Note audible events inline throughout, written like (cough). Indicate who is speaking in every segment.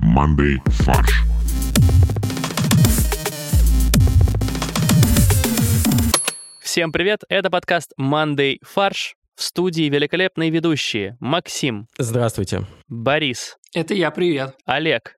Speaker 1: командой «Фарш».
Speaker 2: Всем привет, это подкаст Monday Фарш. В студии великолепные ведущие Максим,
Speaker 3: Здравствуйте.
Speaker 2: Борис,
Speaker 4: Это я, привет. А
Speaker 2: Олег.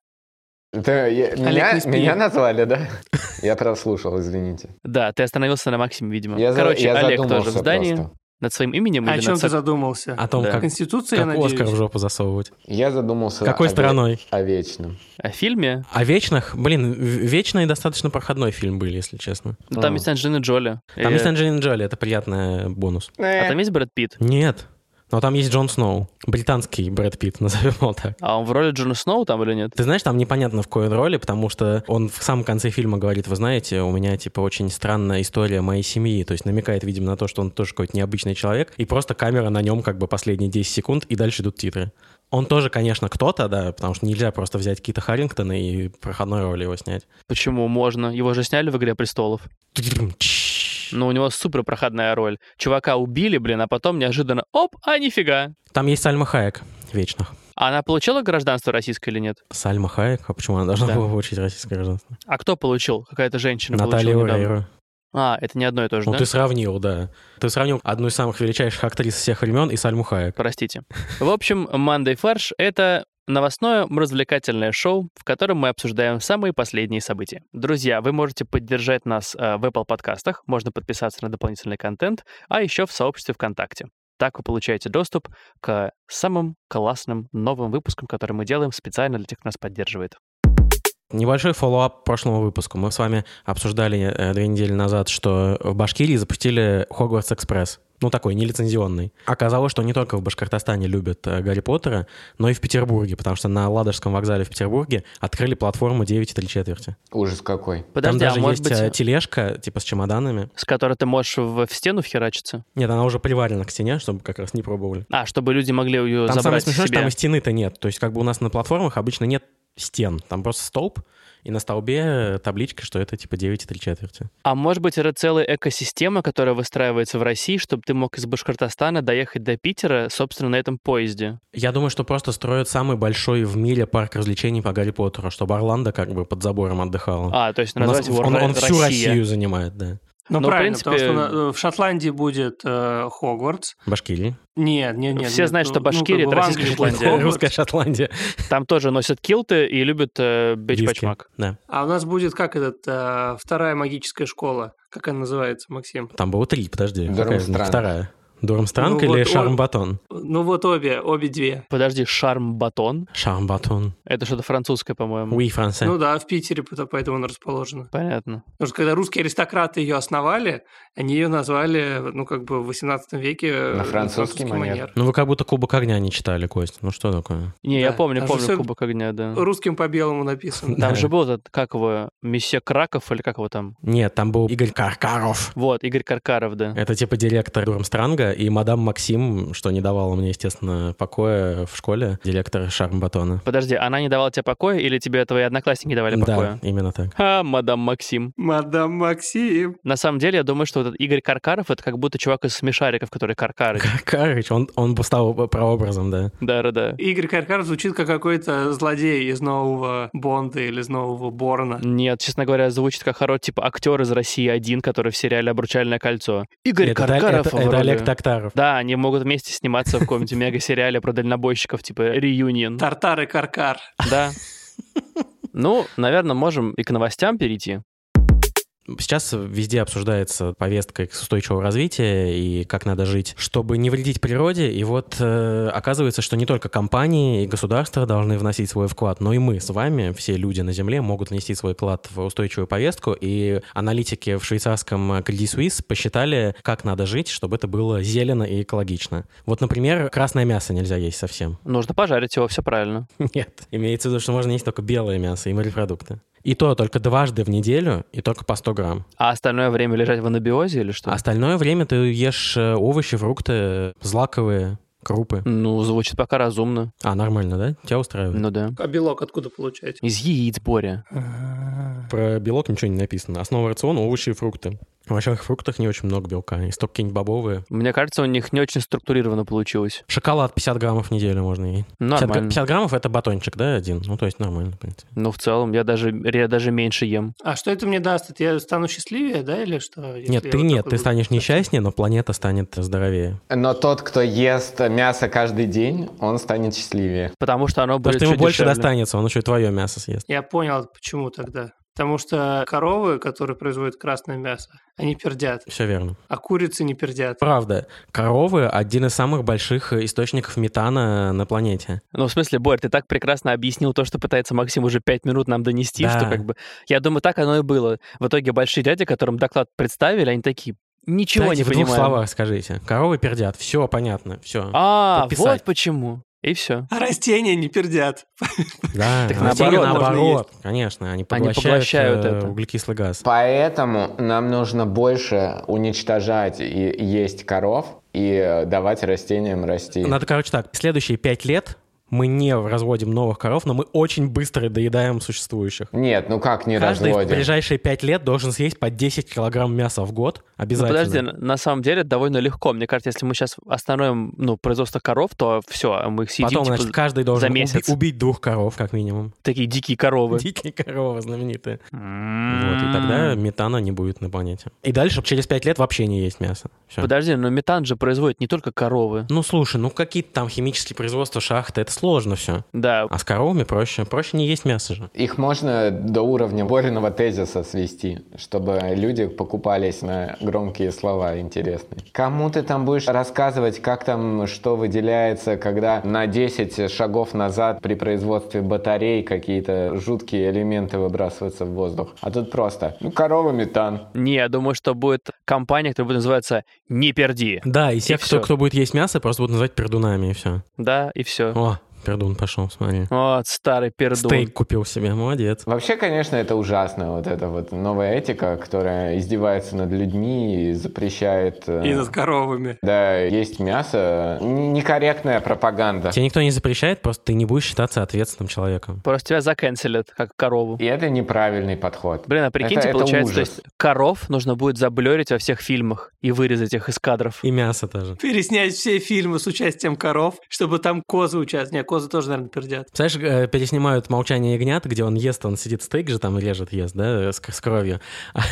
Speaker 5: Да, я- меня,
Speaker 4: не спи.
Speaker 5: меня назвали, да? (laughs) Я прослушал, извините.
Speaker 2: Да, ты остановился на Максиме, видимо.
Speaker 5: Я за-
Speaker 2: Короче,
Speaker 5: я
Speaker 2: Олег тоже в
Speaker 5: задумался
Speaker 2: здании.
Speaker 5: просто.
Speaker 2: Над своим именем
Speaker 4: О
Speaker 3: А,
Speaker 2: или
Speaker 4: чем
Speaker 2: над
Speaker 4: ты
Speaker 2: со-
Speaker 4: задумался?
Speaker 3: О том,
Speaker 2: Да.
Speaker 3: а как,
Speaker 4: Конституция, я
Speaker 3: как
Speaker 4: надеюсь.
Speaker 3: Оскар в жопу засовывать.
Speaker 5: Я задумался
Speaker 3: Какой
Speaker 5: о ве-
Speaker 3: стороной?
Speaker 5: О вечном.
Speaker 2: о фильме?
Speaker 3: О вечных? Блин, в- вечные достаточно проходной фильм был, если честно.
Speaker 2: Ну, Там
Speaker 5: М.
Speaker 2: есть Анджелина Джоли.
Speaker 3: Там
Speaker 2: Э,
Speaker 3: есть Анджелина Джоли, это приятный э, бонус.
Speaker 2: А там есть Брэд Питт?
Speaker 3: Нет, но там есть Джон Сноу, британский Брэд Питт, (laughs) назовем его так.
Speaker 2: А он в роли Джона Сноу там или нет?
Speaker 3: Ты знаешь, там непонятно в какой он роли, потому что он в самом конце фильма говорит, вы знаете, у меня, типа, очень странная история моей семьи. То есть намекает, видимо, на то, что он тоже какой-то необычный человек. И просто камера на нем как бы последние 10 секунд, и дальше идут титры. Он тоже, конечно, кто-то, да, потому что нельзя просто взять Кита Харрингтона и проходной роли его снять.
Speaker 2: Почему можно? Его же сняли в «Игре престолов». Но у него супер проходная роль. Чувака убили, блин, а потом неожиданно оп, а нифига.
Speaker 3: Там есть Сальма Хаек, вечно.
Speaker 2: Она получила гражданство российское или нет?
Speaker 3: Сальма Хаек? А почему она должна
Speaker 2: Да.
Speaker 3: была получить российское гражданство?
Speaker 2: А кто получил? Какая-то женщина
Speaker 3: Наталья
Speaker 2: получила недавно.
Speaker 3: Орейро.
Speaker 2: А, это не одно и то же,
Speaker 3: Ну,
Speaker 2: да?
Speaker 3: ты сравнил, да. Ты сравнил одну из самых величайших актрис всех времен и Сальму Хаек.
Speaker 2: Простите. В общем, Monday Фарш — это новостное развлекательное шоу, в котором мы обсуждаем самые последние события. Друзья, вы можете поддержать нас э, в Apple подкастах, можно подписаться на дополнительный контент, а еще в сообществе ВКонтакте. Так вы получаете доступ к самым классным новым выпускам, которые мы делаем специально для тех, кто нас поддерживает.
Speaker 3: Небольшой фоллоуап прошлому выпуску. Мы с вами обсуждали э, две недели назад, что в Башкирии запустили Хогвартс Экспресс. Ну, такой, нелицензионный. Оказалось, что не только в Башкортостане любят э, Гарри Поттера, но и в Петербурге, потому что на Ладожском вокзале в Петербурге открыли платформу 9,3 четверти.
Speaker 5: Ужас какой.
Speaker 3: Там
Speaker 2: Подожди, а
Speaker 3: даже
Speaker 2: может
Speaker 3: есть э,
Speaker 2: быть,
Speaker 3: тележка, типа, с чемоданами.
Speaker 2: с которой ты можешь в, в стену вхерачиться?
Speaker 3: Нет, она уже приварена к стене, чтобы как раз не пробовали.
Speaker 2: А, чтобы люди могли ее
Speaker 3: Там самое
Speaker 2: забрать
Speaker 3: смешное, что
Speaker 2: себе.
Speaker 3: там и стены-то нет. То есть как бы у нас на платформах обычно нет стен. Там просто столб, и на столбе э, табличка, что это типа 9,3 четверти.
Speaker 2: А может быть, это целая экосистема, которая выстраивается в России, чтобы ты мог из Башкортостана доехать до Питера, собственно, на этом поезде.
Speaker 3: Я думаю, что просто строят самый большой в мире парк развлечений по Гарри Поттеру, чтобы Орландо как бы под забором отдыхала.
Speaker 2: А, то есть
Speaker 3: У нас-
Speaker 2: назвать его
Speaker 3: он, он
Speaker 2: Ра-
Speaker 3: всю
Speaker 2: Россия.
Speaker 3: Россию занимает, да.
Speaker 4: Ну,
Speaker 2: Ну, в
Speaker 4: правильно,
Speaker 2: принципе-
Speaker 4: потому что на- в Шотландии будет э, Хогвартс.
Speaker 3: Башкирии.
Speaker 4: Нет, нет, нет.
Speaker 2: Все
Speaker 4: нет,
Speaker 2: знают,
Speaker 4: ну,
Speaker 2: что
Speaker 4: ну, как
Speaker 2: Башкирия это
Speaker 4: бы в
Speaker 2: российская
Speaker 4: Англии будет
Speaker 2: Шотландия.
Speaker 3: (laughs)
Speaker 4: Хогвартс,
Speaker 3: Русская Шотландия.
Speaker 2: Там тоже носят килты и любят э, бить
Speaker 3: Диски,
Speaker 2: бачмак.
Speaker 3: Да.
Speaker 4: А у нас будет как этот, э, вторая магическая школа. Как она называется, Максим?
Speaker 3: Там было три, подожди. какая из них?
Speaker 5: Дормстранг.
Speaker 3: Вторая. Дормстранг
Speaker 4: Ну,
Speaker 3: или
Speaker 4: вот он-
Speaker 3: Шармбатон?
Speaker 4: Ну, вот обе, обе две.
Speaker 2: Подожди, шарм-батон?
Speaker 3: Шармбатон.
Speaker 2: Это что-то французское, по-моему.
Speaker 3: Oui, français.
Speaker 4: Ну да, в Питере, пото- поэтому она расположена.
Speaker 2: Понятно.
Speaker 4: Потому что когда русские аристократы ее основали, они ее назвали, ну, как бы в 18 веке э,
Speaker 5: На французский манер.
Speaker 3: Ну, вы как будто «Кубок огня» не читали, Кость. Ну, что такое?
Speaker 2: Не, я
Speaker 4: Да,
Speaker 2: помню,
Speaker 4: там же
Speaker 2: помню
Speaker 4: всё-
Speaker 2: Кубок огня, да.
Speaker 4: Русским по белому написано.
Speaker 3: Да.
Speaker 2: Там же был этот, как его, месье Краков или как его там?
Speaker 3: Нет, там был Игорь Каркаров.
Speaker 2: Вот, Игорь Каркаров, да.
Speaker 3: Это типа директор Дормстранга и мадам Максим, что не давало мне, естественно, покоя в школе, директор Шармбатона.
Speaker 2: Подожди, она не давала тебе покоя или тебе твои одноклассники не давали
Speaker 3: Да,
Speaker 2: покоя?
Speaker 3: именно так.
Speaker 2: А, мадам Максим.
Speaker 4: Мадам Максим.
Speaker 2: На самом деле, я думаю, что вот этот Игорь Каркаров это как будто чувак из смешариков, который (laughs) Каркарыч.
Speaker 3: Карыч, он, он бы стал прообразом, да.
Speaker 2: Да, да, да.
Speaker 4: Игорь Каркаров звучит как какой-то злодей из нового Бонда или из нового Борна.
Speaker 2: Нет, честно говоря, звучит как хороший типа актер из России один, который в сериале Обручальное кольцо. Игорь
Speaker 3: это,
Speaker 2: Каркаров.
Speaker 3: это-
Speaker 2: в
Speaker 3: это
Speaker 2: роли-
Speaker 3: Олег Токтаров.
Speaker 2: Да, они могут вместе сниматься в каком-нибудь мега-сериале про дальнобойщиков, типа Реюнион.
Speaker 4: Тартар и Каркар.
Speaker 2: Да. (laughs) Ну, наверное, можем и к новостям перейти.
Speaker 3: Сейчас везде обсуждается повестка к устойчивого развития и как надо жить, чтобы не вредить природе. И вот э, оказывается, что не только компании и государства должны вносить свой вклад, но и мы с вами, все люди на Земле, могут внести свой вклад в устойчивую повестку. И аналитики в швейцарском э, Credit Suisse посчитали, как надо жить, чтобы это было зелено и экологично. Вот, например, красное мясо нельзя есть совсем.
Speaker 2: Нужно пожарить его, все правильно.
Speaker 3: Нет. Имеется в виду, что можно есть только белое мясо и морепродукты. И то только дважды в неделю, и только по 100 грамм.
Speaker 2: А остальное время лежать в анабиозе или что?
Speaker 3: А остальное время ты ешь э, овощи, фрукты, злаковые, крупы.
Speaker 2: Ну, звучит пока разумно.
Speaker 3: А, нормально, да? Тебя устраивает?
Speaker 2: Ну да.
Speaker 4: А белок откуда получаете?
Speaker 2: Из яиц, Боря.
Speaker 3: Про белок ничего не написано. Основа рациона — овощи и фрукты. В овощах и фруктах не очень много белка, они только какие-нибудь бобовые.
Speaker 2: Мне кажется, у них не очень структурированно получилось.
Speaker 3: Шоколад 50 граммов в неделю можно есть. 50, гра-
Speaker 2: Нормально.
Speaker 3: 50 граммов это батончик, да, один? Ну, то есть нормально, в принципе.
Speaker 2: Ну, в целом, я даже, я даже меньше ем.
Speaker 4: А что это мне даст? Это я стану счастливее, да, или что? если
Speaker 3: Нет,
Speaker 4: я
Speaker 3: ты
Speaker 4: вот
Speaker 3: нет,
Speaker 4: такой
Speaker 3: ты
Speaker 4: буду?
Speaker 3: станешь несчастнее, но планета станет здоровее.
Speaker 5: Но тот, кто ест мясо каждый день, он станет счастливее.
Speaker 2: Потому что оно
Speaker 3: Потому
Speaker 2: будет
Speaker 3: что ему
Speaker 2: чуть
Speaker 3: больше
Speaker 2: дешевле.
Speaker 3: достанется, он еще и твое мясо съест.
Speaker 4: Я понял, почему тогда. Потому что коровы, которые производят красное мясо, они пердят,
Speaker 3: Все верно.
Speaker 4: а курицы не пердят.
Speaker 3: Правда, коровы один из самых больших э, источников метана э, на планете.
Speaker 2: Ну, в смысле, Борь, ты так прекрасно объяснил то, что пытается Максим уже пять минут нам донести,
Speaker 3: Да.
Speaker 2: что как бы... Я думаю, так оно и было. В итоге большие дяди, которым доклад представили, они такие, ничего не
Speaker 3: Дайте в двух
Speaker 2: понимаем.
Speaker 3: словах скажите. Коровы пердят, все понятно, все.
Speaker 2: А,
Speaker 3: Подписать.
Speaker 2: вот почему. И Ну, все.
Speaker 4: А растения не пердят.
Speaker 3: Да,
Speaker 2: Так
Speaker 3: растения
Speaker 2: наоборот
Speaker 4: можно
Speaker 3: наоборот, конечно, они поглощают,
Speaker 2: поглощают
Speaker 3: э,
Speaker 2: это.
Speaker 3: углекислый газ.
Speaker 5: Поэтому нам нужно больше уничтожать и есть коров и э, давать растениям расти.
Speaker 3: Надо, короче, так, следующие пять лет мы не разводим новых коров, но мы очень быстро доедаем существующих.
Speaker 5: Нет, ну как не
Speaker 3: Каждый в
Speaker 5: разводим?
Speaker 3: ближайшие пять лет должен съесть по 10 килограмм мяса в год
Speaker 2: Ну,
Speaker 3: обязательно.
Speaker 2: подожди, на- на самом деле это довольно легко. Мне кажется, если мы сейчас остановим, ну, производство коров, то все, мы их съедим,
Speaker 3: Потом,
Speaker 2: типа,
Speaker 3: значит, каждый должен уби-
Speaker 2: месяц.
Speaker 3: убить двух коров, как минимум.
Speaker 2: такие дикие коровы.
Speaker 3: (laughs) Дикие коровы знаменитые.
Speaker 2: М.
Speaker 3: Вот, и тогда метана не будет на планете. И дальше через 5 лет вообще не есть мясо. Всё.
Speaker 2: Подожди, но метан же производят не только коровы.
Speaker 3: Ну слушай, ну какие-то там химические производства, шахты, это сложно все.
Speaker 2: Да,
Speaker 3: А с коровами проще. Проще не есть мясо же.
Speaker 5: Их можно до уровня Бориного тезиса свести, чтобы люди покупались на громкие слова интересные. Кому ты там будешь рассказывать, как там что выделяется, когда на 10 шагов назад при производстве батарей какие-то жуткие элементы выбрасываются в воздух? А тут просто, ну, корова метан.
Speaker 2: не, я думаю, что будет компания, которая будет называться «Не перди».
Speaker 3: Да, и все, кто,
Speaker 2: всё.
Speaker 3: кто будет есть мясо, просто будут называть пердунами, и все.
Speaker 2: Да, и все.
Speaker 3: О, пердун пошел, смотри.
Speaker 2: Вот, старый пердун.
Speaker 3: Стейк купил себе, молодец.
Speaker 5: Вообще, конечно, это ужасно, вот эта вот новая этика, которая издевается над людьми и запрещает... э,
Speaker 4: И над коровами.
Speaker 5: Да, есть мясо. Н- Некорректная пропаганда.
Speaker 3: Тебе никто не запрещает, просто ты не будешь считаться ответственным человеком.
Speaker 2: Просто тебя заканцелят, как корову.
Speaker 5: И это неправильный подход.
Speaker 2: Блин, а прикиньте,
Speaker 5: Это- это
Speaker 2: получается, то
Speaker 5: ужас.
Speaker 2: есть коров нужно будет заблерить во всех фильмах и вырезать их из кадров.
Speaker 3: И мясо тоже.
Speaker 4: Переснять все фильмы с участием коров, чтобы там козы участвовали. Нет, козы тоже, наверное, пердят.
Speaker 3: Знаешь, э, переснимают «Молчание ягнят», где он ест, он сидит стейк же там и режет, ест, да, э, с, к- с кровью. А,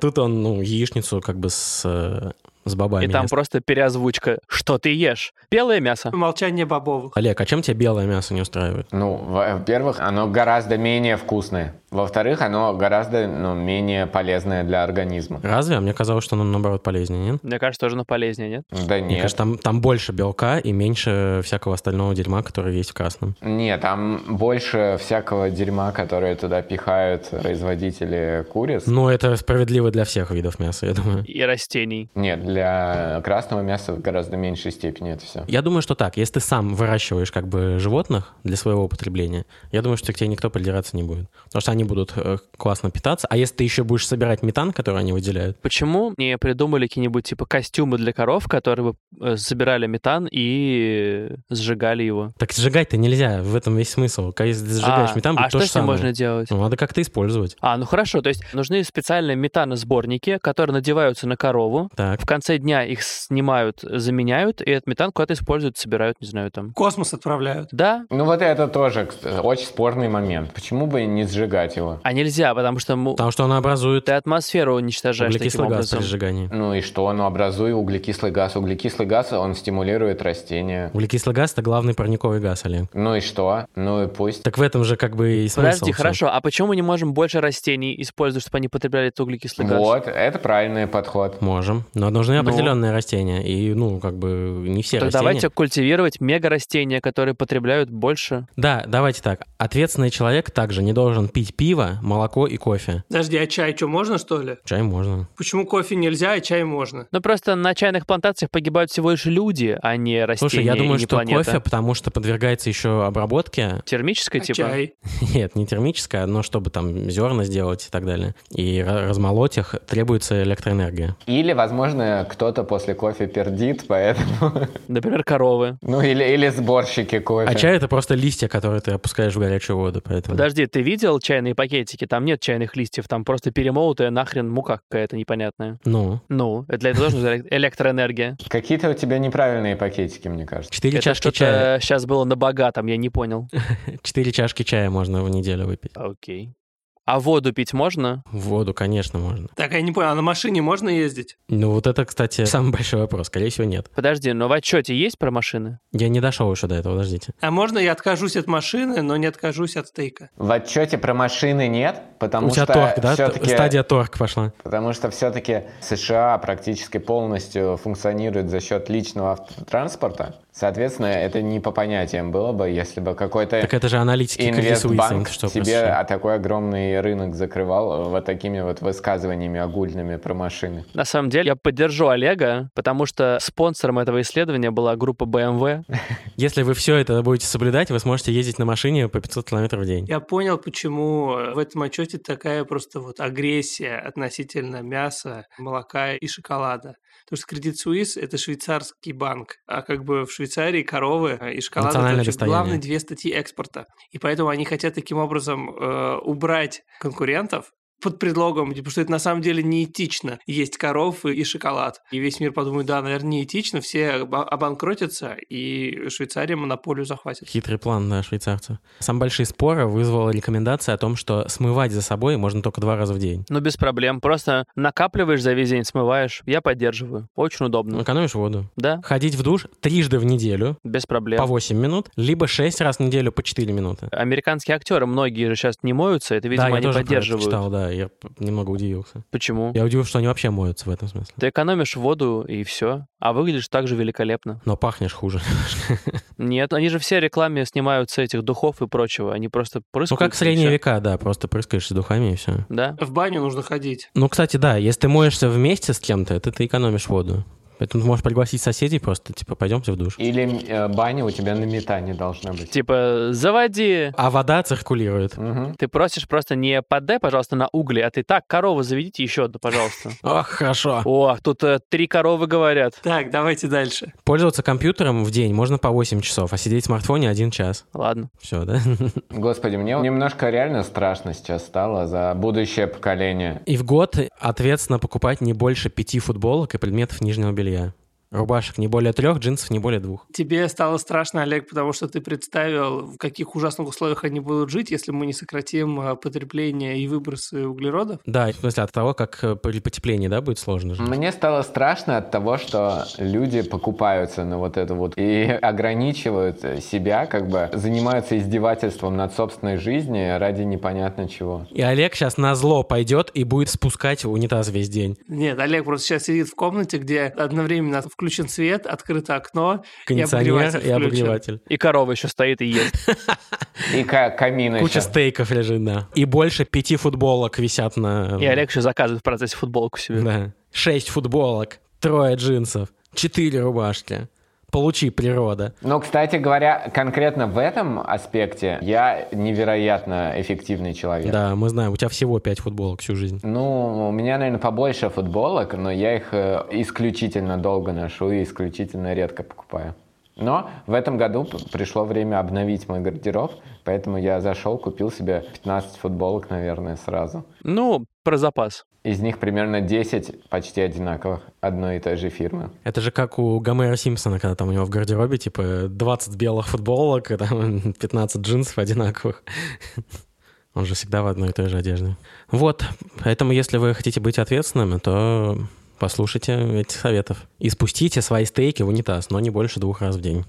Speaker 3: тут он, ну, яичницу как бы с, э, с бобами.
Speaker 2: И там
Speaker 3: ест.
Speaker 2: просто переозвучка. Что ты ешь? Белое мясо.
Speaker 4: Молчание бобовых.
Speaker 3: Олег, а чем тебе белое мясо не устраивает?
Speaker 5: Ну, во- во-первых, оно гораздо менее вкусное. Во-вторых, оно гораздо ну, менее полезное для организма.
Speaker 3: Разве? А мне казалось, что оно, наоборот, полезнее, нет?
Speaker 2: Мне кажется, тоже оно полезнее, нет?
Speaker 5: Да
Speaker 3: Мне
Speaker 5: нет.
Speaker 3: кажется, там, там больше белка и меньше всякого остального дерьма, которое есть в красном.
Speaker 5: Нет, там больше всякого дерьма, которое туда пихают производители куриц.
Speaker 3: Ну, это справедливо для всех видов мяса, я думаю.
Speaker 2: И растений.
Speaker 5: Нет, для красного мяса в гораздо меньшей степени это все.
Speaker 3: Я думаю, что так, если ты сам выращиваешь как бы животных для своего употребления, я думаю, что к тебе никто придираться не будет. Потому что они будут э, классно питаться. А если ты еще будешь собирать метан, который они выделяют,
Speaker 2: Почему не придумали какие-нибудь типа костюмы для коров, которые бы э, собирали метан и э, сжигали его?
Speaker 3: так сжигать-то нельзя, в этом весь смысл. Когда Если ты сжигаешь
Speaker 2: а,
Speaker 3: метан,
Speaker 2: а
Speaker 3: будет
Speaker 2: что
Speaker 3: то же
Speaker 2: с ним
Speaker 3: самое.
Speaker 2: можно делать?
Speaker 3: Ну, надо как-то использовать.
Speaker 2: А, ну хорошо, то есть нужны специальные метаносборники, которые надеваются на корову,
Speaker 3: Так.
Speaker 2: в конце дня их снимают, заменяют, и этот метан куда-то используют, собирают, не знаю, там.
Speaker 4: В космос отправляют.
Speaker 2: Да,
Speaker 5: Ну вот это тоже кстати, очень спорный момент. Почему бы не сжигать его?
Speaker 2: а нельзя, потому что му-
Speaker 3: Потому что оно образует
Speaker 2: ты атмосферу уничтожаешь таким
Speaker 3: углекислый газ при
Speaker 2: образом.
Speaker 3: сжигании.
Speaker 5: Ну и что? Ну образуй углекислый газ. Углекислый газ, он стимулирует растения.
Speaker 3: Углекислый газ — это главный парниковый газ, Олег.
Speaker 5: Ну и что? Ну и пусть.
Speaker 3: Так в этом же как бы и смысл.
Speaker 2: Подожди,
Speaker 3: всё.
Speaker 2: хорошо, а почему мы не можем больше растений использовать, чтобы они потребляли этот углекислый газ?
Speaker 5: Вот, это правильный подход.
Speaker 3: Можем, но нужны
Speaker 2: Ну.
Speaker 3: определенные растения, и, ну, как бы не все
Speaker 2: Так
Speaker 3: растения.
Speaker 2: давайте культивировать мега растения, которые потребляют больше.
Speaker 3: Да, давайте так. Ответственный человек также не должен пить пиво, молоко и кофе.
Speaker 4: Подожди, а чай что, можно, что ли?
Speaker 3: Чай можно.
Speaker 4: Почему кофе нельзя, а чай можно?
Speaker 2: Ну просто на чайных плантациях погибают всего лишь люди, а не растения
Speaker 3: Слушай, я
Speaker 2: и
Speaker 3: думаю,
Speaker 2: не
Speaker 3: что
Speaker 2: планета.
Speaker 3: кофе, потому что подвергается еще обработке. (laughs)
Speaker 2: Термическое,
Speaker 4: А
Speaker 2: типа?
Speaker 4: чай?
Speaker 3: Нет, не термическая, но чтобы там зерна сделать и так далее. И ра- размолоть их требуется электроэнергия.
Speaker 5: Или, возможно, кто-то после кофе пердит, поэтому... (laughs)
Speaker 2: Например, коровы.
Speaker 5: Ну или, или сборщики кофе.
Speaker 3: А чай это просто листья, которые ты опускаешь в горячую воду, поэтому.
Speaker 2: Подожди, ты видел чайный чайные пакетики, там нет чайных листьев, там просто перемолотая нахрен мука какая-то непонятная.
Speaker 3: Ну,
Speaker 2: Ну, это для этого тоже нужна эле- электроэнергия.
Speaker 5: Какие-то у тебя неправильные пакетики, мне кажется.
Speaker 3: четыре
Speaker 2: это
Speaker 3: чашки
Speaker 2: что-то
Speaker 3: чая.
Speaker 2: сейчас было на богатом, я не
Speaker 3: (laughs)
Speaker 2: понял.
Speaker 3: Четыре чашки чая можно в неделю выпить.
Speaker 2: Окей. А воду пить можно?
Speaker 3: Воду, конечно, можно.
Speaker 4: Так, я не понял, а на машине можно ездить?
Speaker 3: Ну, вот это, кстати, (laughs) самый большой вопрос. Скорее всего, нет.
Speaker 2: Подожди, но в отчете есть про машины?
Speaker 3: Я не дошел еще до этого, подождите.
Speaker 4: А можно я откажусь от машины, но не откажусь от стейка?
Speaker 5: В отчете про машины нет, А потому
Speaker 3: У тебя
Speaker 5: что
Speaker 3: торг, да?
Speaker 5: все-таки
Speaker 3: Стадия торг пошла.
Speaker 5: Потому что все-таки США практически полностью функционирует за счет личного автотранспорта. Соответственно, это не по понятиям было бы, если бы какой-то
Speaker 3: Так это же аналитики Credit Suisse,
Speaker 5: инвестбанк
Speaker 3: что
Speaker 5: тебе
Speaker 3: произошло.
Speaker 5: а, такой огромный рынок закрывал э, вот такими вот высказываниями огульными про машины.
Speaker 2: На самом деле, я поддержу Олега, потому что спонсором этого исследования была группа эм
Speaker 3: (laughs)
Speaker 2: BMW.
Speaker 3: Если вы все это будете соблюдать, вы сможете ездить на машине по 500 километров в день.
Speaker 4: Я понял, почему э, в этом отчете такая просто вот агрессия относительно мяса, молока и шоколада. Потому что Credit Suisse – это швейцарский банк, а как бы в Швейцарии коровы э, и шоколад – это
Speaker 3: Национальное
Speaker 4: вообще
Speaker 3: достояние.
Speaker 4: главные две статьи экспорта. И поэтому они хотят таким образом э, убрать конкурентов, под предлогом, типа, что это на самом деле неэтично есть коров и, и шоколад. И весь мир подумает, да, наверное, неэтично, все оба- обанкротятся, и Швейцария монополию захватит.
Speaker 3: Хитрый план на швейцарцев. Самые большие споры вызвала рекомендация о том, что смывать за собой можно только два раза в день.
Speaker 2: Ну, без проблем. Просто накапливаешь за весь день, смываешь. Я поддерживаю. Очень удобно.
Speaker 3: Ну, Экономишь воду.
Speaker 2: Да,
Speaker 3: Ходить в душ трижды в неделю
Speaker 2: без
Speaker 3: по
Speaker 2: проблем.
Speaker 3: 8 минут, либо 6 раз в неделю по 4 минуты.
Speaker 2: Американские актеры, многие же сейчас не моются, это, видимо,
Speaker 3: да, я
Speaker 2: они
Speaker 3: тоже про это
Speaker 2: поддерживают.
Speaker 3: читал, да, я п- немного удивился.
Speaker 2: Почему?
Speaker 3: Я удивился, что они вообще моются в этом смысле.
Speaker 2: Ты экономишь воду и все, а выглядишь так же великолепно.
Speaker 3: Но пахнешь хуже.
Speaker 2: Нет, они же все рекламе снимаются этих духов и прочего, они просто
Speaker 3: Ну,
Speaker 2: прыскают.
Speaker 3: как в
Speaker 2: и
Speaker 3: средние
Speaker 2: всё.
Speaker 3: века, да, просто прыскаешься духами и все.
Speaker 2: Да.
Speaker 4: В баню нужно ходить.
Speaker 3: Ну, кстати, да, если ты моешься вместе с кем-то, это ты экономишь воду. Поэтому ты можешь пригласить соседей просто, типа, пойдемте в душ.
Speaker 5: Или э, баня у тебя на метане должна быть.
Speaker 2: Типа, заводи.
Speaker 3: А вода циркулирует.
Speaker 5: Мгм.
Speaker 2: Ты просишь просто не подай, пожалуйста, на угли, а ты так, корову заведите еще одну,
Speaker 3: (laughs)
Speaker 2: пожалуйста.
Speaker 3: Ах, хорошо.
Speaker 2: О, тут э, три коровы говорят.
Speaker 4: Так, давайте дальше.
Speaker 3: Пользоваться компьютером в день можно по 8 часов, а сидеть в смартфоне 1 час.
Speaker 2: Ладно.
Speaker 3: Все, да?
Speaker 5: Господи, мне немножко реально страшно сейчас стало за будущее поколение.
Speaker 3: И в год ответственно покупать не больше пяти футболок и предметов нижнего белья. Рубашек не более трех, джинсов не более двух.
Speaker 4: Тебе стало страшно, Олег, потому что ты представил, в каких ужасных условиях они будут жить, если мы не сократим э, потребление и выбросы углеродов.
Speaker 3: Да, в смысле от того, как э, при потеплении, да, будет сложно же.
Speaker 5: Мне стало страшно от того, что люди покупаются на вот это вот и ограничивают себя, как бы занимаются издевательством над собственной жизнью ради непонятно чего.
Speaker 3: И Олег сейчас на зло пойдет и будет спускать в унитаз весь день.
Speaker 4: Нет, Олег просто сейчас сидит в комнате, где одновременно включен свет, открыто окно,
Speaker 3: Кондиционер
Speaker 4: обогреватель
Speaker 3: и
Speaker 4: включен.
Speaker 3: обогреватель.
Speaker 2: И корова еще стоит и ест.
Speaker 5: И ка- камины
Speaker 3: Куча
Speaker 5: щас.
Speaker 3: стейков лежит, да. И больше пяти футболок висят на...
Speaker 2: И Олег еще заказывает в процессе футболку себе.
Speaker 3: Да. Шесть футболок, трое джинсов, четыре рубашки. Получи, природа.
Speaker 5: Ну, кстати говоря, конкретно в этом аспекте я невероятно эффективный человек.
Speaker 3: Да, мы знаем, у тебя всего пять футболок всю жизнь.
Speaker 5: Ну, у меня, наверное, побольше футболок, но я их э, исключительно долго ношу и исключительно редко покупаю. Но в этом году п- пришло время обновить мой гардероб, поэтому я зашел, купил себе 15 футболок, наверное, сразу.
Speaker 2: Ну, про запас.
Speaker 5: Из них примерно 10 почти одинаковых одной и той же фирмы.
Speaker 3: Это же как у Гомера Симпсона, когда там у него в гардеробе, типа, 20 белых футболок, и там (laughs) 15 джинсов одинаковых. Он же всегда в одной и той же одежде. Вот, поэтому если вы хотите быть ответственными, то послушайте этих советов. И спустите свои стейки в унитаз, но не больше двух раз в день.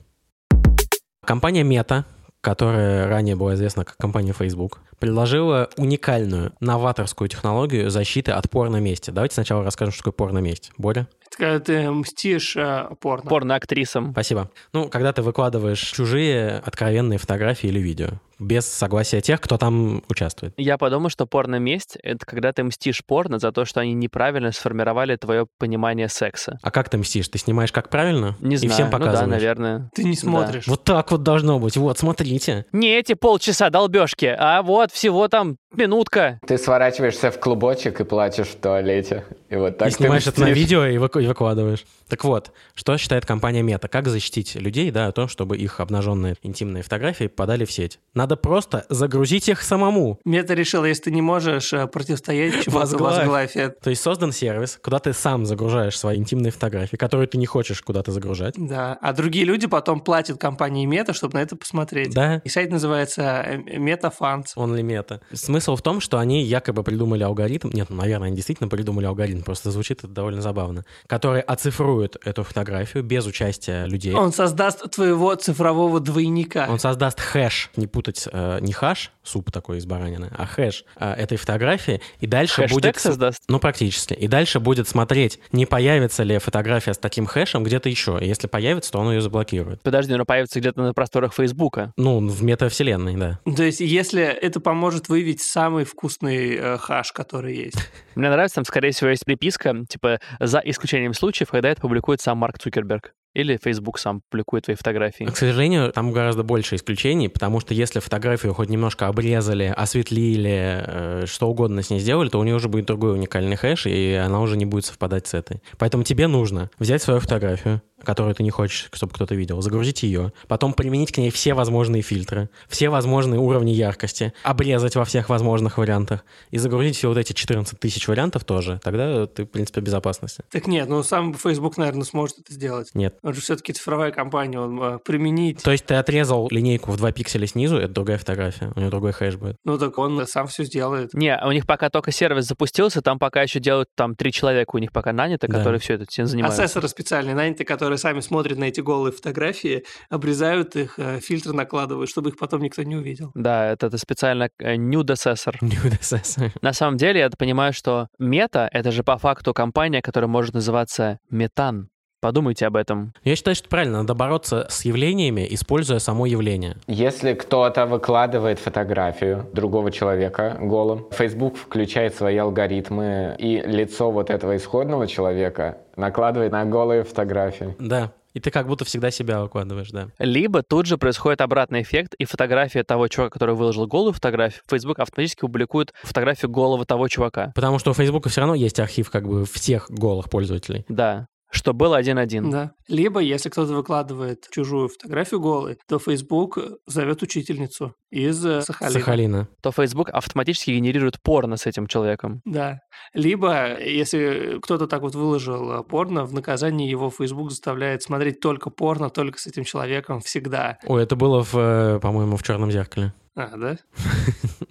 Speaker 3: Компания Meta, которая ранее была известна как компания Facebook, предложила уникальную новаторскую технологию защиты от порно-мести. Давайте сначала расскажем, что такое порно-месть. Боря?
Speaker 4: Это когда ты мстишь э, порно.
Speaker 2: Порно-актрисам.
Speaker 3: Спасибо. Ну, когда ты выкладываешь чужие откровенные фотографии или видео, без согласия тех, кто там участвует.
Speaker 2: Я подумал, что порно-месть — это когда ты мстишь порно за то, что они неправильно сформировали твое понимание секса.
Speaker 3: А как ты мстишь? Ты снимаешь как правильно?
Speaker 2: Не
Speaker 3: И
Speaker 2: знаю.
Speaker 3: всем
Speaker 2: ну да,
Speaker 3: показываешь?
Speaker 2: наверное.
Speaker 4: Ты не
Speaker 2: Да.
Speaker 4: смотришь.
Speaker 3: Вот так вот должно быть. Вот, смотрите.
Speaker 2: Не эти полчаса долбежки, а вот всего там Минутка.
Speaker 5: Ты сворачиваешься в клубочек и плачешь в туалете. И вот так
Speaker 3: и снимаешь
Speaker 5: ты
Speaker 3: это на
Speaker 5: мстишь.
Speaker 3: видео и, выку- и выкладываешь. Так вот, что считает компания Мета? Как защитить людей да, о том, чтобы их обнаженные интимные фотографии подали в сеть? Надо просто загрузить их самому.
Speaker 4: Мета решила, если ты не можешь э, противостоять чему-то,
Speaker 3: Возглавь.
Speaker 4: возглавь это.
Speaker 3: То есть создан сервис, куда ты сам загружаешь свои интимные фотографии, которые ты не хочешь куда-то загружать.
Speaker 4: Да, а другие люди потом платят компании Мета, чтобы на это посмотреть.
Speaker 3: Да,
Speaker 4: И сайт называется э, MetaFans.
Speaker 3: Only Meta. Смысл в том, что они якобы придумали алгоритм, нет, ну, наверное, они действительно придумали алгоритм, просто звучит это довольно забавно, который оцифрует эту фотографию без участия людей.
Speaker 4: Он создаст твоего цифрового двойника.
Speaker 3: Он создаст хэш, не путать э, не хаш, суп такой из баранины, а хэш э, этой фотографии, и дальше
Speaker 2: Хэштег
Speaker 3: будет... с-
Speaker 2: создаст.
Speaker 3: Ну, практически. И дальше будет смотреть, не появится ли фотография с таким хэшем где-то еще. И если появится, то он ее заблокирует.
Speaker 2: Подожди, но появится где-то на просторах Фейсбука.
Speaker 3: Ну, в метавселенной, да.
Speaker 4: То есть, если это поможет выявить самый вкусный э, хаш, который есть.
Speaker 2: Мне нравится, там, скорее всего, есть приписка, типа, за исключением случаев, когда это публикует сам Марк Цукерберг. Или Facebook сам публикует твои фотографии.
Speaker 3: А, К сожалению, там гораздо больше исключений, потому что если фотографию хоть немножко обрезали, осветлили, э, что угодно с ней сделали, то у нее уже будет другой уникальный хэш, и она уже не будет совпадать с этой. Поэтому тебе нужно взять свою фотографию, которую ты не хочешь, чтобы кто-то видел, загрузить ее, потом применить к ней все возможные фильтры, все возможные уровни яркости, обрезать во всех возможных вариантах и загрузить все вот эти 14 тысяч вариантов тоже. Тогда ты, в принципе, в безопасности.
Speaker 4: Так нет, ну сам Facebook, наверное, сможет это сделать.
Speaker 3: Нет.
Speaker 4: Он же все-таки цифровая компания, он э, применить.
Speaker 3: То есть ты отрезал линейку в 2 пикселя снизу, это другая фотография, у нее другой хэш будет.
Speaker 4: Ну так он э, сам все сделает.
Speaker 2: Не, у них пока только сервис запустился, там пока еще делают там три человека у них пока нанято,
Speaker 3: Да. А
Speaker 2: которые все это всем занимаются.
Speaker 4: Ассессоры специальные наняты, которые сами смотрят на эти голые фотографии, обрезают их, э, фильтры накладывают, чтобы их потом никто не увидел.
Speaker 2: Да, это, это специально э, (laughs) нюдосессор.
Speaker 3: Нюдесессор.
Speaker 2: На самом деле, я понимаю, что мета — это же по факту компания, которая может называться метан. Подумайте об этом.
Speaker 3: Я считаю, что правильно, надо бороться с явлениями, используя само явление.
Speaker 5: Если кто-то выкладывает фотографию другого человека голым, Facebook включает свои алгоритмы, и лицо вот этого исходного человека накладывает на голые фотографии.
Speaker 3: Да. И ты как будто всегда себя выкладываешь, да.
Speaker 2: Либо тут же происходит обратный эффект, и фотография того чувака, который выложил голую фотографию, Facebook автоматически публикует фотографию голого того чувака.
Speaker 3: Потому что у Фейсбука все равно есть архив как бы всех голых пользователей.
Speaker 2: Да, что было один-один.
Speaker 4: Да. Либо, если кто-то выкладывает чужую фотографию голой, то Facebook зовет учительницу из э, Сахалина.
Speaker 3: Сахалина.
Speaker 2: То Facebook автоматически генерирует порно с этим человеком.
Speaker 4: Да. Либо, если кто-то так вот выложил э, порно, в наказании его Facebook заставляет смотреть только порно, только с этим человеком всегда.
Speaker 3: Ой, это было, в, э, по-моему, в черном зеркале. (laughs)
Speaker 4: А, да?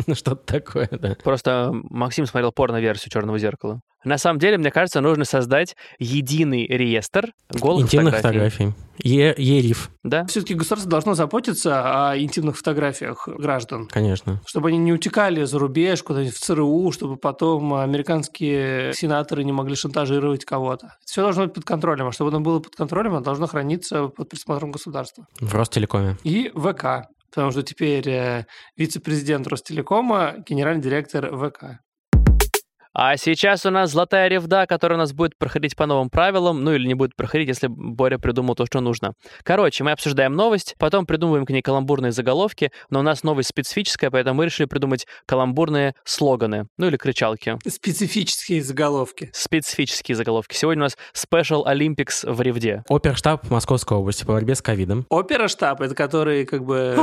Speaker 3: Ну, Что-то такое, да.
Speaker 2: Просто Максим смотрел порно-версию «Черного зеркала». На самом деле, мне кажется, нужно создать единый реестр голых
Speaker 3: Интимных
Speaker 2: фотографий.
Speaker 3: фотографий. Е- Ериф,
Speaker 2: Да?
Speaker 4: Все-таки государство должно заботиться о интимных фотографиях граждан.
Speaker 3: конечно.
Speaker 4: Чтобы они не утекали за рубеж, куда-нибудь в ЦРУ, чтобы потом американские сенаторы не могли шантажировать кого-то. Все должно быть под контролем. А чтобы оно было под контролем, оно должно храниться под присмотром государства.
Speaker 3: В Ростелекоме.
Speaker 4: и ВК, потому что теперь э, вице-президент Ростелекома, генеральный директор ВК.
Speaker 2: А сейчас у нас золотая ревда, которая у нас будет проходить по новым правилам, ну или не будет проходить, если Боря придумал то, что нужно. Короче, мы обсуждаем новость, потом придумываем к ней каламбурные заголовки, но у нас новость специфическая, поэтому мы решили придумать каламбурные слоганы, ну или кричалки.
Speaker 4: Специфические заголовки.
Speaker 2: Специфические заголовки. Сегодня у нас Special Olympics в ревде.
Speaker 3: Оперштаб Московской области по борьбе с ковидом.
Speaker 4: Опера штаб, это которые как бы...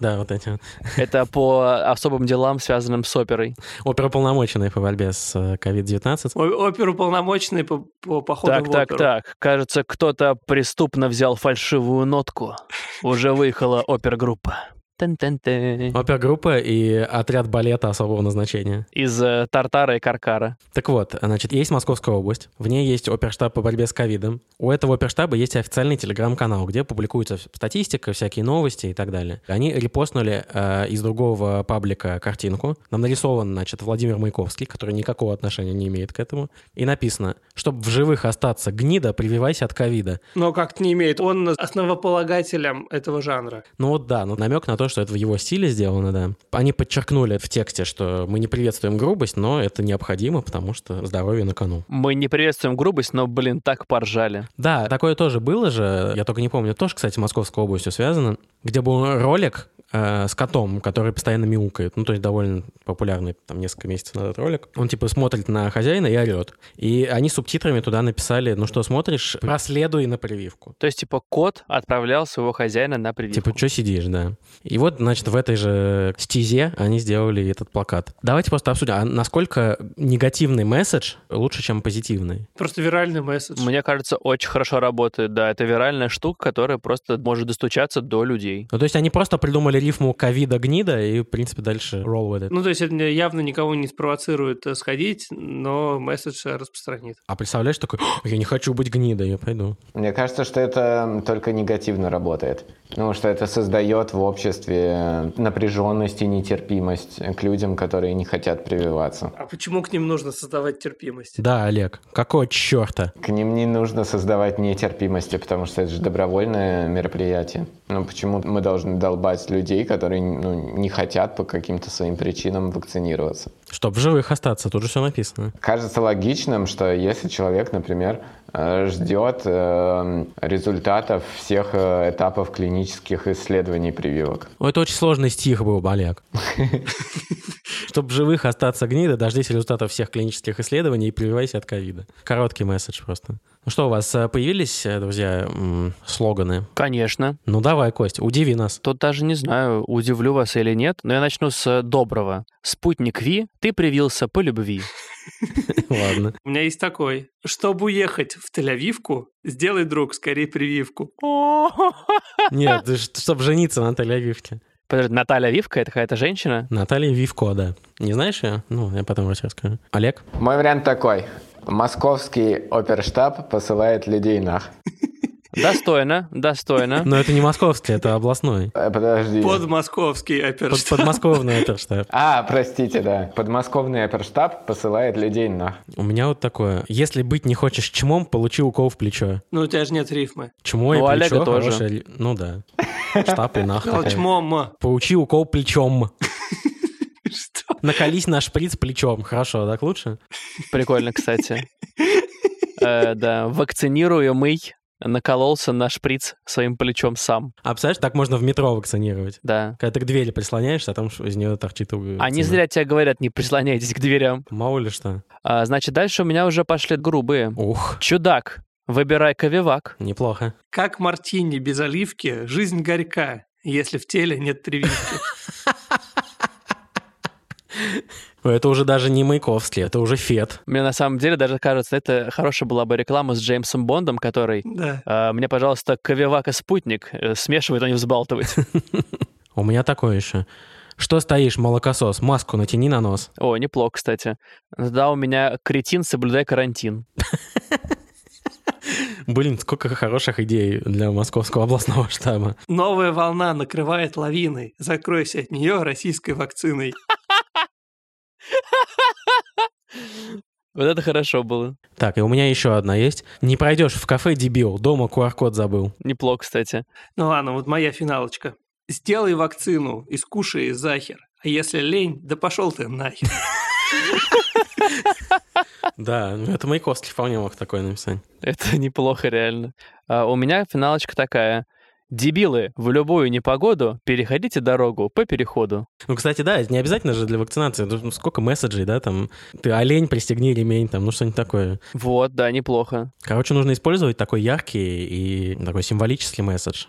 Speaker 3: Да, вот эти вот.
Speaker 2: Это по особым делам, связанным с оперой.
Speaker 3: Оперуполномоченные по борьбе с э, ковид-19.
Speaker 4: о- Оперуполномоченные по, по походу
Speaker 2: Так,
Speaker 4: в
Speaker 2: так,
Speaker 4: оперу.
Speaker 2: так. Кажется, кто-то преступно взял фальшивую нотку. Уже выехала опергруппа. Тен-тен-тен.
Speaker 3: Опергруппа и отряд балета особого назначения.
Speaker 2: Из э, Тартара и Каркара.
Speaker 3: Так вот, значит, есть Московская область, в ней есть оперштаб по борьбе с ковидом. У этого оперштаба есть официальный телеграм-канал, где публикуется статистика, всякие новости и так далее. Они репостнули э, из другого паблика картинку. Нам нарисован, значит, Владимир Маяковский, который никакого отношения не имеет к этому. И написано, чтобы в живых остаться гнида, прививайся от ковида.
Speaker 4: Но как-то не имеет. Он основополагателем этого жанра.
Speaker 3: Ну вот да, ну, намек на то, что это в его стиле сделано, да. Они подчеркнули в тексте, что мы не приветствуем грубость, но это необходимо, потому что здоровье на кону.
Speaker 2: Мы не приветствуем грубость, но, блин, так поржали.
Speaker 3: Да, такое тоже было же, я только не помню, тоже, кстати, с Московской областью связано, где был ролик, э, э, с котом, который постоянно мяукает. Ну, то есть довольно популярный там несколько месяцев назад ролик. Он типа смотрит на хозяина и орет. И они субтитрами туда написали, ну что смотришь, проследуй на прививку.
Speaker 2: То есть, типа, кот отправлял своего хозяина на прививку.
Speaker 3: Типа, что сидишь, да. И вот, значит, в этой же стезе они сделали этот плакат. Давайте просто обсудим, а насколько негативный месседж лучше, чем позитивный?
Speaker 4: Просто виральный месседж.
Speaker 2: Мне кажется, очень хорошо работает, да. Это виральная штука, которая просто может достучаться до людей.
Speaker 3: Ну, то есть они просто придумали рифму ковида-гнида и, в принципе, дальше roll with it.
Speaker 4: Ну, то есть это явно никого не спровоцирует э, сходить, но месседж э, распространит.
Speaker 3: А представляешь, такой, «О, я не хочу быть гнидой, я пойду.
Speaker 5: Мне кажется, что это только негативно работает. Ну, что это создает в обществе напряженность и нетерпимость к людям, которые не хотят прививаться.
Speaker 4: А почему к ним нужно создавать терпимость?
Speaker 3: Да, Олег, какого черта?
Speaker 5: К ним не нужно создавать нетерпимости, потому что это же добровольное мероприятие. Ну, почему мы должны долбать людей, которые ну, не хотят по каким-то своим причинам вакцинироваться?
Speaker 3: Чтоб в живых остаться, тут же все написано.
Speaker 5: Кажется логичным, что если человек, например, э, ждет э, результатов всех э, этапов клинических исследований прививок.
Speaker 3: Ой, это очень сложный стих был, Олег. Чтобы в живых остаться гнида, дождись результатов всех клинических исследований и прививайся от ковида. Короткий месседж просто. Ну что, у вас э, появились, э, друзья, м, слоганы?
Speaker 2: Конечно.
Speaker 3: Ну давай, Кость, удиви нас. (laughs)
Speaker 2: Тут даже не знаю, удивлю вас или нет, но я начну с э, доброго. Спутник Ви, ты привился по любви.
Speaker 3: Ладно.
Speaker 4: У меня есть такой. Чтобы уехать в Тель-Авивку, сделай, друг, скорее прививку.
Speaker 3: Нет, чтобы жениться на Наталье Вивке.
Speaker 2: Подожди, Наталья Вивка, это какая-то женщина?
Speaker 3: Наталья Вивко, да. Не знаешь ее? Ну, я потом тебе расскажу. Олег?
Speaker 5: Мой вариант такой. Московский оперштаб посылает людей нах.
Speaker 2: Достойно, достойно.
Speaker 3: Но это не московский, это областной.
Speaker 5: Э, Подожди.
Speaker 4: Подмосковский
Speaker 3: Под-
Speaker 4: оперштаб.
Speaker 3: Подмосковный это (laughs) что?
Speaker 5: А, простите, да. Подмосковный оперштаб посылает людей нах.
Speaker 3: У меня вот такое. Если быть не хочешь чмом, получи укол в плечо.
Speaker 4: Ну, у тебя же нет рифмы.
Speaker 3: Чмо и
Speaker 2: У Ну, а Олега
Speaker 3: плечо
Speaker 2: тоже. Ну,
Speaker 3: хорошее ли- Ну да.
Speaker 2: (laughs)
Speaker 3: Штаб и нах. такая. (laughs)
Speaker 4: Толчмом.
Speaker 3: Получи укол плечом.
Speaker 4: Что?
Speaker 3: Накались на шприц плечом. Хорошо, так лучше?
Speaker 2: Прикольно, кстати. Э, Да, вакцинируемый накололся на шприц своим плечом сам,
Speaker 3: А представляешь, так можно в метро вакцинировать.
Speaker 2: да.
Speaker 3: Когда ты к двери прислоняешься, а там ш- из нее торчит уг-
Speaker 2: А не
Speaker 3: вакцина.
Speaker 2: зря тебе говорят, не прислоняйтесь к дверям.
Speaker 3: Мало ли что.
Speaker 2: А, Значит, дальше у меня уже пошли грубые.
Speaker 3: Ух,
Speaker 2: Чудак, выбирай ковивак.
Speaker 3: неплохо.
Speaker 4: Как мартини без оливки, жизнь горька, если в теле нет (laughs) прививки.
Speaker 3: Ой, Ну, Это уже даже не Маяковский, это уже Фет.
Speaker 2: Мне на самом деле даже кажется, это хорошая была бы реклама с Джеймсом Бондом, который
Speaker 4: Да.
Speaker 2: «А, мне, пожалуйста, ковивак и спутник э, смешивать, а не взбалтывать.
Speaker 3: У меня такое еще. Что стоишь, молокосос? Маску натяни на нос.
Speaker 2: (laughs) О, неплохо, кстати. Да, у меня кретин, соблюдай карантин.
Speaker 3: Блин, сколько хороших идей для московского областного штаба.
Speaker 4: Новая волна накрывает лавиной. Закройся от нее российской вакциной.
Speaker 2: Вот это хорошо было.
Speaker 3: Так, и у меня еще одна есть. Не пройдешь в кафе, дебил, дома QR-код забыл.
Speaker 2: Неплохо, кстати.
Speaker 4: Ну ладно, вот моя финалочка. Сделай вакцину и скушай захер. А если лень, да пошел ты нахер.
Speaker 3: Да, ну это Маяковский вполне мог такое написать.
Speaker 2: (laughs) Это неплохо, реально. А, у меня финалочка такая. Дебилы, в любую непогоду переходите дорогу по переходу.
Speaker 3: Ну, кстати, да, это не обязательно же для вакцинации. Ну, сколько месседжей, да, там, ты олень, пристегни ремень, там, ну, что-нибудь такое.
Speaker 2: Вот, да, неплохо.
Speaker 3: Короче, нужно использовать такой яркий и такой символический месседж.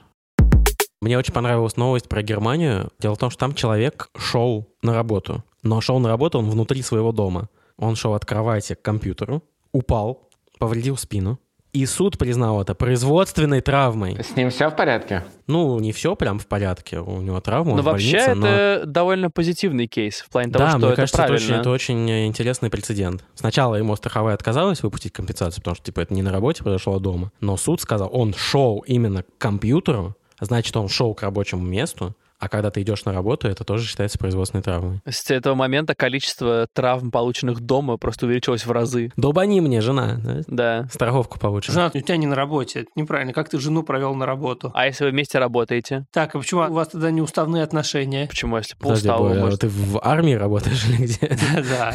Speaker 3: Мне очень понравилась новость про Германию. Дело в том, что там человек шел на работу. Но шел на работу он внутри своего дома. Он шел от кровати к компьютеру, упал, повредил спину. И суд признал это производственной травмой.
Speaker 5: С ним все в порядке?
Speaker 3: Ну, не все прям в порядке. У него травма, он
Speaker 2: но
Speaker 3: в
Speaker 2: Ну, вообще
Speaker 3: больнице, но...
Speaker 2: это довольно позитивный кейс в плане того,
Speaker 3: да,
Speaker 2: что
Speaker 3: мне
Speaker 2: это
Speaker 3: кажется, это
Speaker 2: правильно.
Speaker 3: очень, это очень э, интересный прецедент. Сначала ему страховая отказалась выпустить компенсацию, потому что, типа, это не на работе произошло, а дома. Но суд сказал, он шел именно к компьютеру, значит, он шел к рабочему месту, а когда ты идешь на работу, это тоже считается производственной травмой.
Speaker 2: С этого момента количество травм, полученных дома, просто увеличилось в разы.
Speaker 3: Долбани мне, жена. да?
Speaker 2: Да.
Speaker 3: Страховку получишь.
Speaker 4: (laughs) Жена, у тебя не на работе. Это неправильно. Как ты жену провел на работу?
Speaker 2: А если вы вместе работаете?
Speaker 4: Так, а почему у вас тогда не уставные отношения?
Speaker 2: Почему, если по
Speaker 3: Подожди,
Speaker 2: уставу,
Speaker 3: Боря, а
Speaker 2: может?
Speaker 3: ты в армии работаешь (laughs) или где?
Speaker 4: (laughs) Да.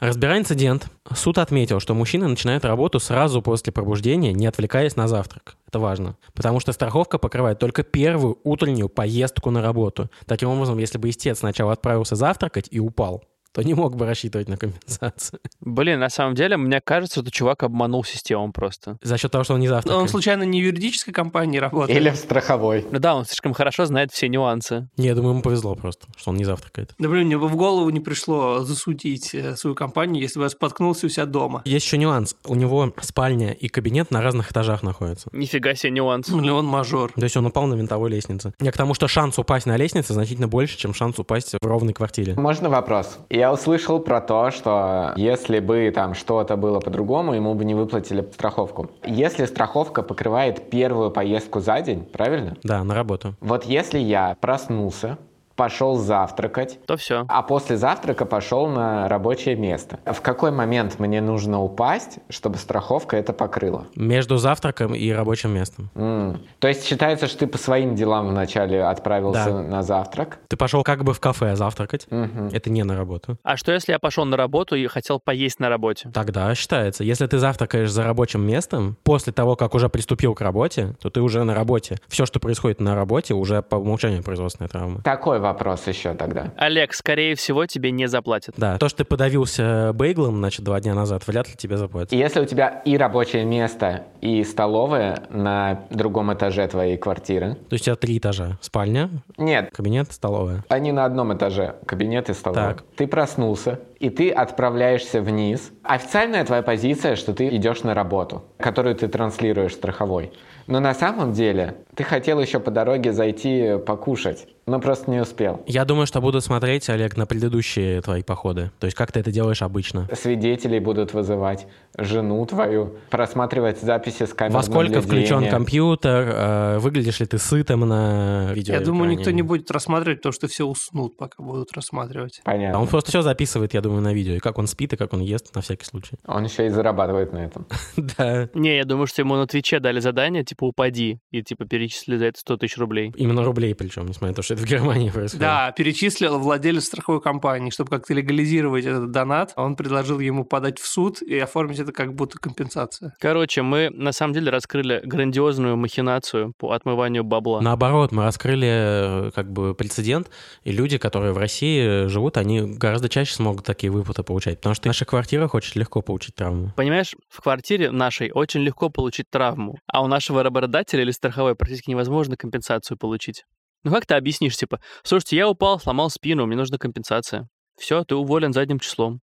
Speaker 3: Разбирая инцидент, суд отметил, что мужчины начинают работу сразу после пробуждения, не отвлекаясь на завтрак. Это важно. Потому что страховка покрывает только первую утреннюю поездку на работу. Таким образом, если бы истец сначала отправился завтракать и упал, то не мог бы рассчитывать на компенсацию. (laughs)
Speaker 2: Блин, на самом деле, мне кажется, что чувак обманул систему просто.
Speaker 3: За счет того, что он не
Speaker 4: Но
Speaker 3: завтракает.
Speaker 4: (laughs) он случайно не в юридической компании работает.
Speaker 5: Или в страховой.
Speaker 2: Ну да, он слишком хорошо знает все нюансы.
Speaker 3: Не, я думаю, ему повезло просто, что он не завтракает.
Speaker 4: Да блин, мне бы в голову не пришло засудить э, свою компанию, если бы я споткнулся у себя дома.
Speaker 3: Есть еще нюанс. У него спальня и кабинет на разных этажах находятся.
Speaker 2: Нифига себе нюанс.
Speaker 4: Или он ну, мажор.
Speaker 3: То есть он упал на винтовой лестнице. Я к тому, что шанс упасть на лестнице значительно больше, чем шанс упасть в ровной квартире.
Speaker 5: Можно вопрос? Я услышал про то, что если бы там что-то было по-другому, ему бы не выплатили страховку. Если страховка покрывает первую поездку за день, правильно?
Speaker 3: Да, на работу.
Speaker 5: Вот если я проснулся, пошел завтракать,
Speaker 2: То все.
Speaker 5: а после завтрака пошел на рабочее место. В какой момент мне нужно упасть, чтобы страховка это покрыла?
Speaker 3: Между завтраком и рабочим местом.
Speaker 5: М. То есть считается, что ты по своим делам вначале отправился
Speaker 3: Да.
Speaker 5: на завтрак?
Speaker 3: Ты пошел как бы в кафе завтракать.
Speaker 5: Мгм.
Speaker 3: Это не на работу.
Speaker 2: А что, если я пошел на работу и хотел поесть на работе?
Speaker 3: Тогда считается. Если ты завтракаешь за рабочим местом, после того, как уже приступил к работе, то ты уже на работе. Все, что происходит на работе, уже по умолчанию производственная травма.
Speaker 5: Такой вопрос еще тогда.
Speaker 2: Олег, скорее всего, тебе не заплатят.
Speaker 3: Да, то, что ты подавился бейглом, значит, два дня назад, вряд ли тебе заплатят.
Speaker 5: И Если у тебя и рабочее место, и столовая на другом этаже твоей квартиры.
Speaker 3: То есть у тебя три этажа. Спальня,
Speaker 5: Нет,
Speaker 3: кабинет, столовая.
Speaker 5: они на одном этаже, кабинет и столовая.
Speaker 3: Так.
Speaker 5: Ты проснулся, и ты отправляешься вниз. Официальная твоя позиция, что ты идешь на работу, которую ты транслируешь страховой. Но на самом деле ты хотел еще по дороге зайти покушать, но просто не успел.
Speaker 3: Я думаю, что буду смотреть, Олег, на предыдущие твои походы. То есть как ты это делаешь обычно.
Speaker 5: Свидетелей будут вызывать, жену твою, просматривать записи с камер
Speaker 3: Во сколько включен
Speaker 5: наблюдения.
Speaker 3: компьютер, э, выглядишь ли ты сытым на видео?
Speaker 4: Я думаю, никто не будет рассматривать, потому что все уснут, пока будут рассматривать.
Speaker 5: Понятно.
Speaker 3: А он просто все записывает, я думаю, на видео. И как он спит, и как он ест, на всякий случай. (laughs)
Speaker 5: Он еще и зарабатывает на этом.
Speaker 3: Да.
Speaker 2: Не, я думаю, что ему на Твиче дали задание, типа, упади, и, типа, перечисли за это 100 тысяч рублей.
Speaker 3: Именно рублей причем, несмотря на то, что это в Германии (laughs) происходит.
Speaker 4: Да, перечислил владелец страховой компании, чтобы как-то легализировать этот донат. Он предложил ему подать в суд и оформить это как будто компенсация.
Speaker 2: Короче, мы, на самом деле, раскрыли грандиозную махинацию по отмыванию бабла.
Speaker 3: Наоборот, мы раскрыли э, как бы прецедент, и люди, которые в России э, живут, они гораздо чаще смогут такие выплаты получать, потому что в наших квартирах очень легко получить травму.
Speaker 2: Понимаешь, в квартире нашей очень легко получить травму, а у нашего работодателя или страховой практически невозможно компенсацию получить. Ну как ты объяснишь, типа, слушайте, я упал, сломал спину, мне нужна компенсация. Все, ты уволен задним числом.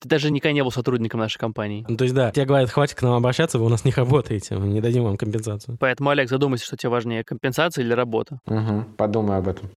Speaker 2: Ты даже никогда не был сотрудником нашей компании.
Speaker 3: Ну, то есть, да, тебе говорят, хватит к нам обращаться, вы у нас не работаете, мы не дадим вам компенсацию.
Speaker 2: Поэтому, Олег, задумайся, что тебе важнее, компенсация или работа.
Speaker 5: Мгм. Подумай об этом.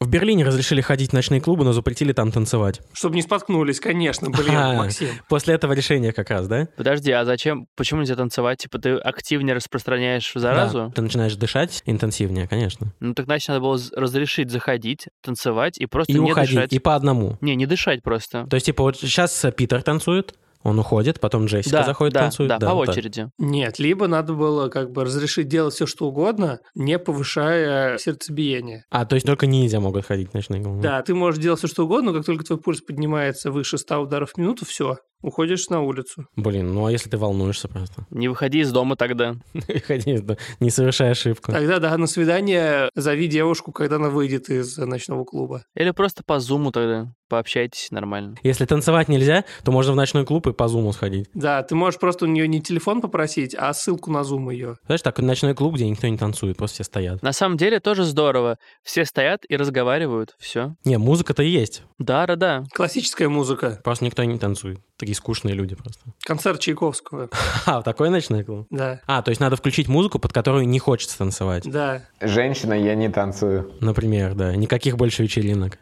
Speaker 3: В Берлине разрешили ходить в ночные клубы, но запретили там танцевать.
Speaker 4: Чтобы не споткнулись, конечно, блин, Максим.
Speaker 3: После этого решения как раз, да?
Speaker 2: Подожди, а зачем, почему нельзя танцевать? Типа, ты активнее распространяешь заразу?
Speaker 3: Да, ты начинаешь дышать интенсивнее, конечно.
Speaker 2: Ну так значит, надо было з- разрешить заходить, танцевать и просто
Speaker 3: и
Speaker 2: не
Speaker 3: уходить,
Speaker 2: дышать.
Speaker 3: и по одному.
Speaker 2: Не, не дышать просто.
Speaker 3: То есть, типа, вот сейчас Питер танцует, он уходит, потом Джессика
Speaker 2: да,
Speaker 3: заходит,
Speaker 2: да,
Speaker 3: танцует.
Speaker 2: да, по
Speaker 3: вот так.
Speaker 2: очереди.
Speaker 4: Нет, либо надо было как бы разрешить делать все, что угодно, не повышая сердцебиение.
Speaker 3: А, то есть только ниндзя могут ходить в ночные клубы.
Speaker 4: Да, ты можешь делать все, что угодно, но как только твой пульс поднимается выше 100 ударов в минуту, все, уходишь на улицу.
Speaker 3: Блин, ну а если ты
Speaker 2: (laughs)
Speaker 3: волнуешься просто? (laughs)
Speaker 2: Не выходи из дома тогда.
Speaker 3: Ходи, да, не совершай ошибку.
Speaker 2: А
Speaker 4: Тогда, да, на свидание зови девушку, когда она выйдет из э, ночного клуба.
Speaker 2: Или просто по зуму тогда пообщайтесь нормально.
Speaker 3: Если танцевать нельзя, то можно в ночной клуб и по зуму сходить.
Speaker 4: Да, ты можешь просто у нее не телефон попросить, а ссылку на Zoom ее.
Speaker 3: Знаешь, так ночной клуб, где никто не танцует, просто все стоят.
Speaker 2: На самом деле тоже здорово. Все стоят и разговаривают, все.
Speaker 3: Не, музыка-то и есть,
Speaker 2: Да, да, да.
Speaker 4: Классическая музыка.
Speaker 3: просто никто не танцует. Такие скучные люди просто. (laughs)
Speaker 4: Концерт Чайковского.
Speaker 3: А, такой ночной клуб?
Speaker 4: Да,
Speaker 3: А, то есть надо включить музыку, под которую не хочется танцевать.
Speaker 4: да.
Speaker 5: Женщина, я не танцую.
Speaker 3: Например, да, никаких больше вечеринок.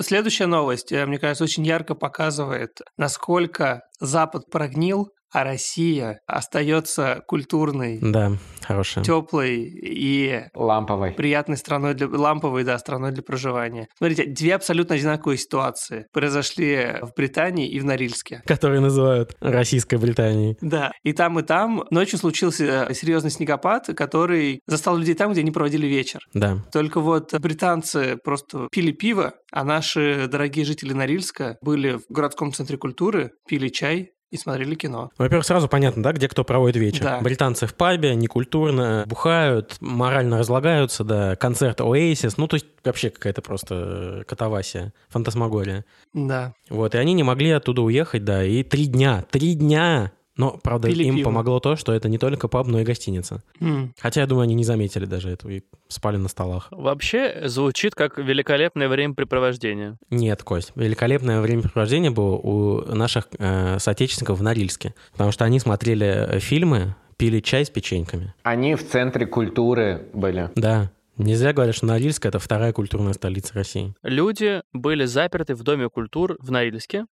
Speaker 4: Следующая новость, э, мне кажется, очень ярко показывает, насколько Запад прогнил, а Россия остается культурной,
Speaker 3: Да, хорошая.
Speaker 4: теплой и
Speaker 5: Ламповой.
Speaker 4: приятной страной для ламповой, да, страной для проживания. Смотрите, две абсолютно одинаковые ситуации произошли в Британии и в Норильске.
Speaker 3: Которые называют Российской Британией.
Speaker 4: Да, и там, и там ночью случился э, серьезный снегопад, который застал людей там, где они проводили вечер.
Speaker 3: Да.
Speaker 4: Только вот британцы просто пили пиво, а наши дорогие жители Норильска были в городском центре культуры, пили чай и смотрели кино.
Speaker 3: Во-первых, сразу понятно, да, где кто проводит вечер.
Speaker 4: Да.
Speaker 3: Британцы в пабе, некультурно, бухают, морально разлагаются, да, концерт Oasis, ну, то есть вообще какая-то просто э, катавасия, фантасмагория.
Speaker 4: Да.
Speaker 3: Вот, и они не могли оттуда уехать, да, и три дня, три дня! Но, правда,
Speaker 4: Пили
Speaker 3: им
Speaker 4: пиво.
Speaker 3: помогло то, что это не только паб, но и гостиница.
Speaker 4: М.
Speaker 3: Хотя, я думаю, они не заметили даже этого и спали на столах.
Speaker 2: Вообще звучит как великолепное времяпрепровождение.
Speaker 3: Нет, Кость, великолепное времяпровождение было у наших э, соотечественников в Норильске, потому что они смотрели э, фильмы, пили чай с печеньками.
Speaker 5: Они в центре культуры были.
Speaker 3: Да, нельзя говорить, что Норильск — это вторая культурная столица России.
Speaker 2: Люди были заперты в Доме культур в Норильске,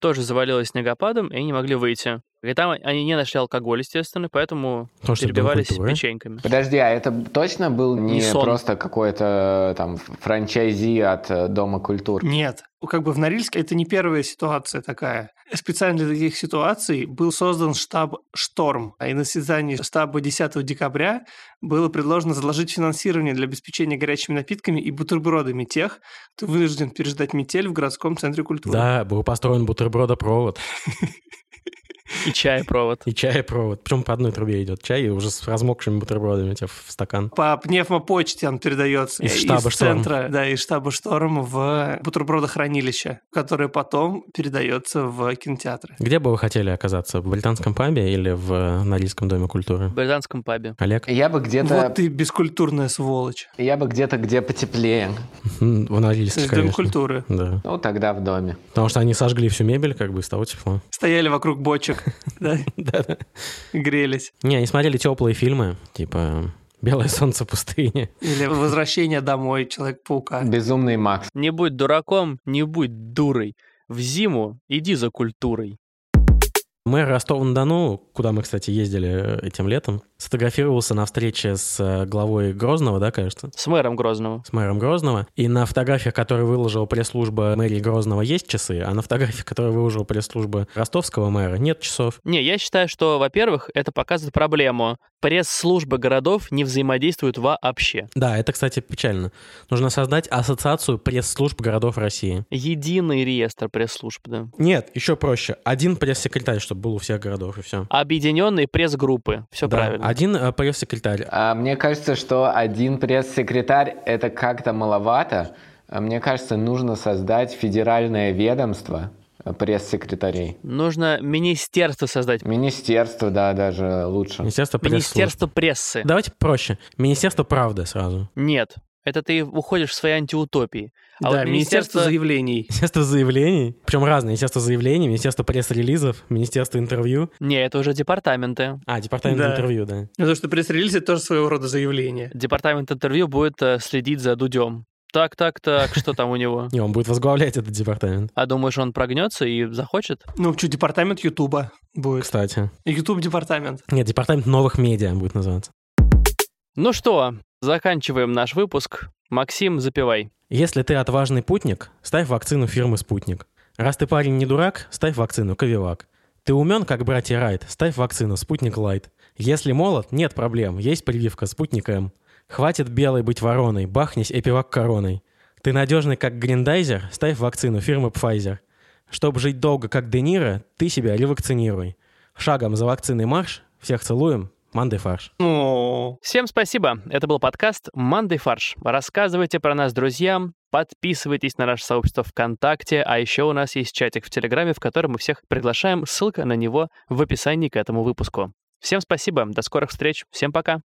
Speaker 2: тоже завалилось снегопадом, и они не могли выйти. И там они не нашли алкоголь, естественно, поэтому
Speaker 3: Потому что это Дом
Speaker 2: перебивались
Speaker 3: культуры.
Speaker 2: печеньками.
Speaker 5: Подожди, а это точно был не,
Speaker 2: Не сон.
Speaker 5: просто какой-то там франчайзи от э, Дома культур?
Speaker 4: Нет. Как бы в Норильске это не первая ситуация такая. Специально для таких ситуаций был создан штаб «Шторм». А и на заседании штаба 10 декабря было предложено заложить финансирование для обеспечения горячими напитками и бутербродами тех, кто вынужден переждать метель в городском центре культуры.
Speaker 3: Да, был построен бутербродопровод
Speaker 2: И чай-провод.
Speaker 3: и чаепровод. Причем по одной трубе идет чай, и уже с размокшими бутербродами у тебя в стакан.
Speaker 4: По пневмопочте он передается
Speaker 3: Из штаба
Speaker 4: из
Speaker 3: «Шторм».
Speaker 4: центра, да, из штаба «Шторм» в бутербродохранилище, которое потом передается в кинотеатры.
Speaker 3: Где бы вы хотели оказаться? В британском пабе или в э, Норильском доме культуры?
Speaker 2: В британском пабе.
Speaker 3: Олег?
Speaker 5: Я бы где-то,
Speaker 4: Вот ты бескультурная сволочь.
Speaker 5: я бы где-то где потеплее.
Speaker 3: М, В Норильске,
Speaker 4: Из Дом
Speaker 3: конечно.
Speaker 4: культуры.
Speaker 3: Да.
Speaker 5: Ну тогда в доме.
Speaker 3: Потому что они сожгли всю мебель, как бы, и стало тепло.
Speaker 4: Стояли вокруг (laughs) бочек, (laughs) да,
Speaker 3: Да-да.
Speaker 4: грелись.
Speaker 3: Не, они смотрели теплые фильмы, типа «Белое солнце пустыни».
Speaker 4: Или «Возвращение домой А Человек-паука».
Speaker 5: Безумный Макс.
Speaker 2: Не будь дураком, не будь дурой. В зиму иди за культурой.
Speaker 3: Мэр Ростова-на-Дону, куда мы, кстати, ездили э, этим летом, сфотографировался на встрече с э, главой Грозного, да, кажется?
Speaker 2: С мэром Грозного.
Speaker 3: с мэром Грозного. И на фотографиях, которые выложила пресс-служба мэрии Грозного, есть часы, а на фотографиях, которые выложила пресс-служба ростовского мэра, нет часов.
Speaker 2: Не, я считаю, что, во-первых, это показывает проблему. Пресс-службы городов не взаимодействуют вообще.
Speaker 3: Да, это, кстати, печально. Нужно создать ассоциацию пресс-служб городов России.
Speaker 2: Единый реестр пресс-служб, да.
Speaker 3: Нет, еще проще. Один пресс-секретарь, чтобы был у всех городов, и все.
Speaker 2: Объединенные пресс-группы. Все правильно.
Speaker 3: Один э, пресс-секретарь.
Speaker 5: А мне кажется, что один пресс-секретарь это как-то маловато. А Мне кажется, нужно создать федеральное ведомство э, пресс-секретарей.
Speaker 2: Нужно министерство создать.
Speaker 5: Министерство, да, даже лучше.
Speaker 3: Министерство пресс
Speaker 2: А, Министерство прессы.
Speaker 3: Давайте проще. Министерство правды сразу.
Speaker 2: Нет. Это ты уходишь в свои антиутопии. А
Speaker 4: Да,
Speaker 2: вот
Speaker 4: Министерство
Speaker 2: министерство...
Speaker 4: заявлений.
Speaker 3: Министерство заявлений. Причем разные. Министерство заявлений, министерство пресс-релизов, министерство интервью.
Speaker 2: Не, это уже департаменты.
Speaker 3: А, департамент
Speaker 4: Да.
Speaker 3: интервью, да.
Speaker 4: Ну, Потому что пресс-релиз — это тоже своего рода заявление.
Speaker 2: Департамент интервью будет э, следить за Дудем. Так, так, так, что там у него?
Speaker 3: Не, он будет возглавлять этот департамент.
Speaker 2: А думаешь, он прогнется и захочет?
Speaker 4: Ну, что, департамент Ютуба будет.
Speaker 3: Кстати.
Speaker 4: Ютуб-департамент.
Speaker 3: Нет, департамент новых медиа будет называться.
Speaker 2: Ну что, заканчиваем наш выпуск. Максим, запивай.
Speaker 3: Если ты отважный путник, ставь вакцину фирмы «Спутник». Раз ты парень не дурак, ставь вакцину «Ковивак». Ты умен, как братья Райт, ставь вакцину «Спутник Лайт». Если молод, нет проблем, есть прививка «Спутник М». Хватит белой быть вороной, бахнись эпивак короной. Ты надежный, как гриндайзер, ставь вакцину фирмы Pfizer. Чтобы жить долго, как Де Ниро, ты себя ревакцинируй. Шагом за вакциной марш, всех целуем, манды фарш.
Speaker 4: Ну,
Speaker 2: Всем спасибо. Это был подкаст «Мандай фарш». Рассказывайте про нас друзьям, подписывайтесь на наше сообщество ВКонтакте, а еще у нас есть чатик в Телеграме, в котором мы всех приглашаем. Ссылка на него в описании к этому выпуску. Всем спасибо, до скорых встреч, всем пока.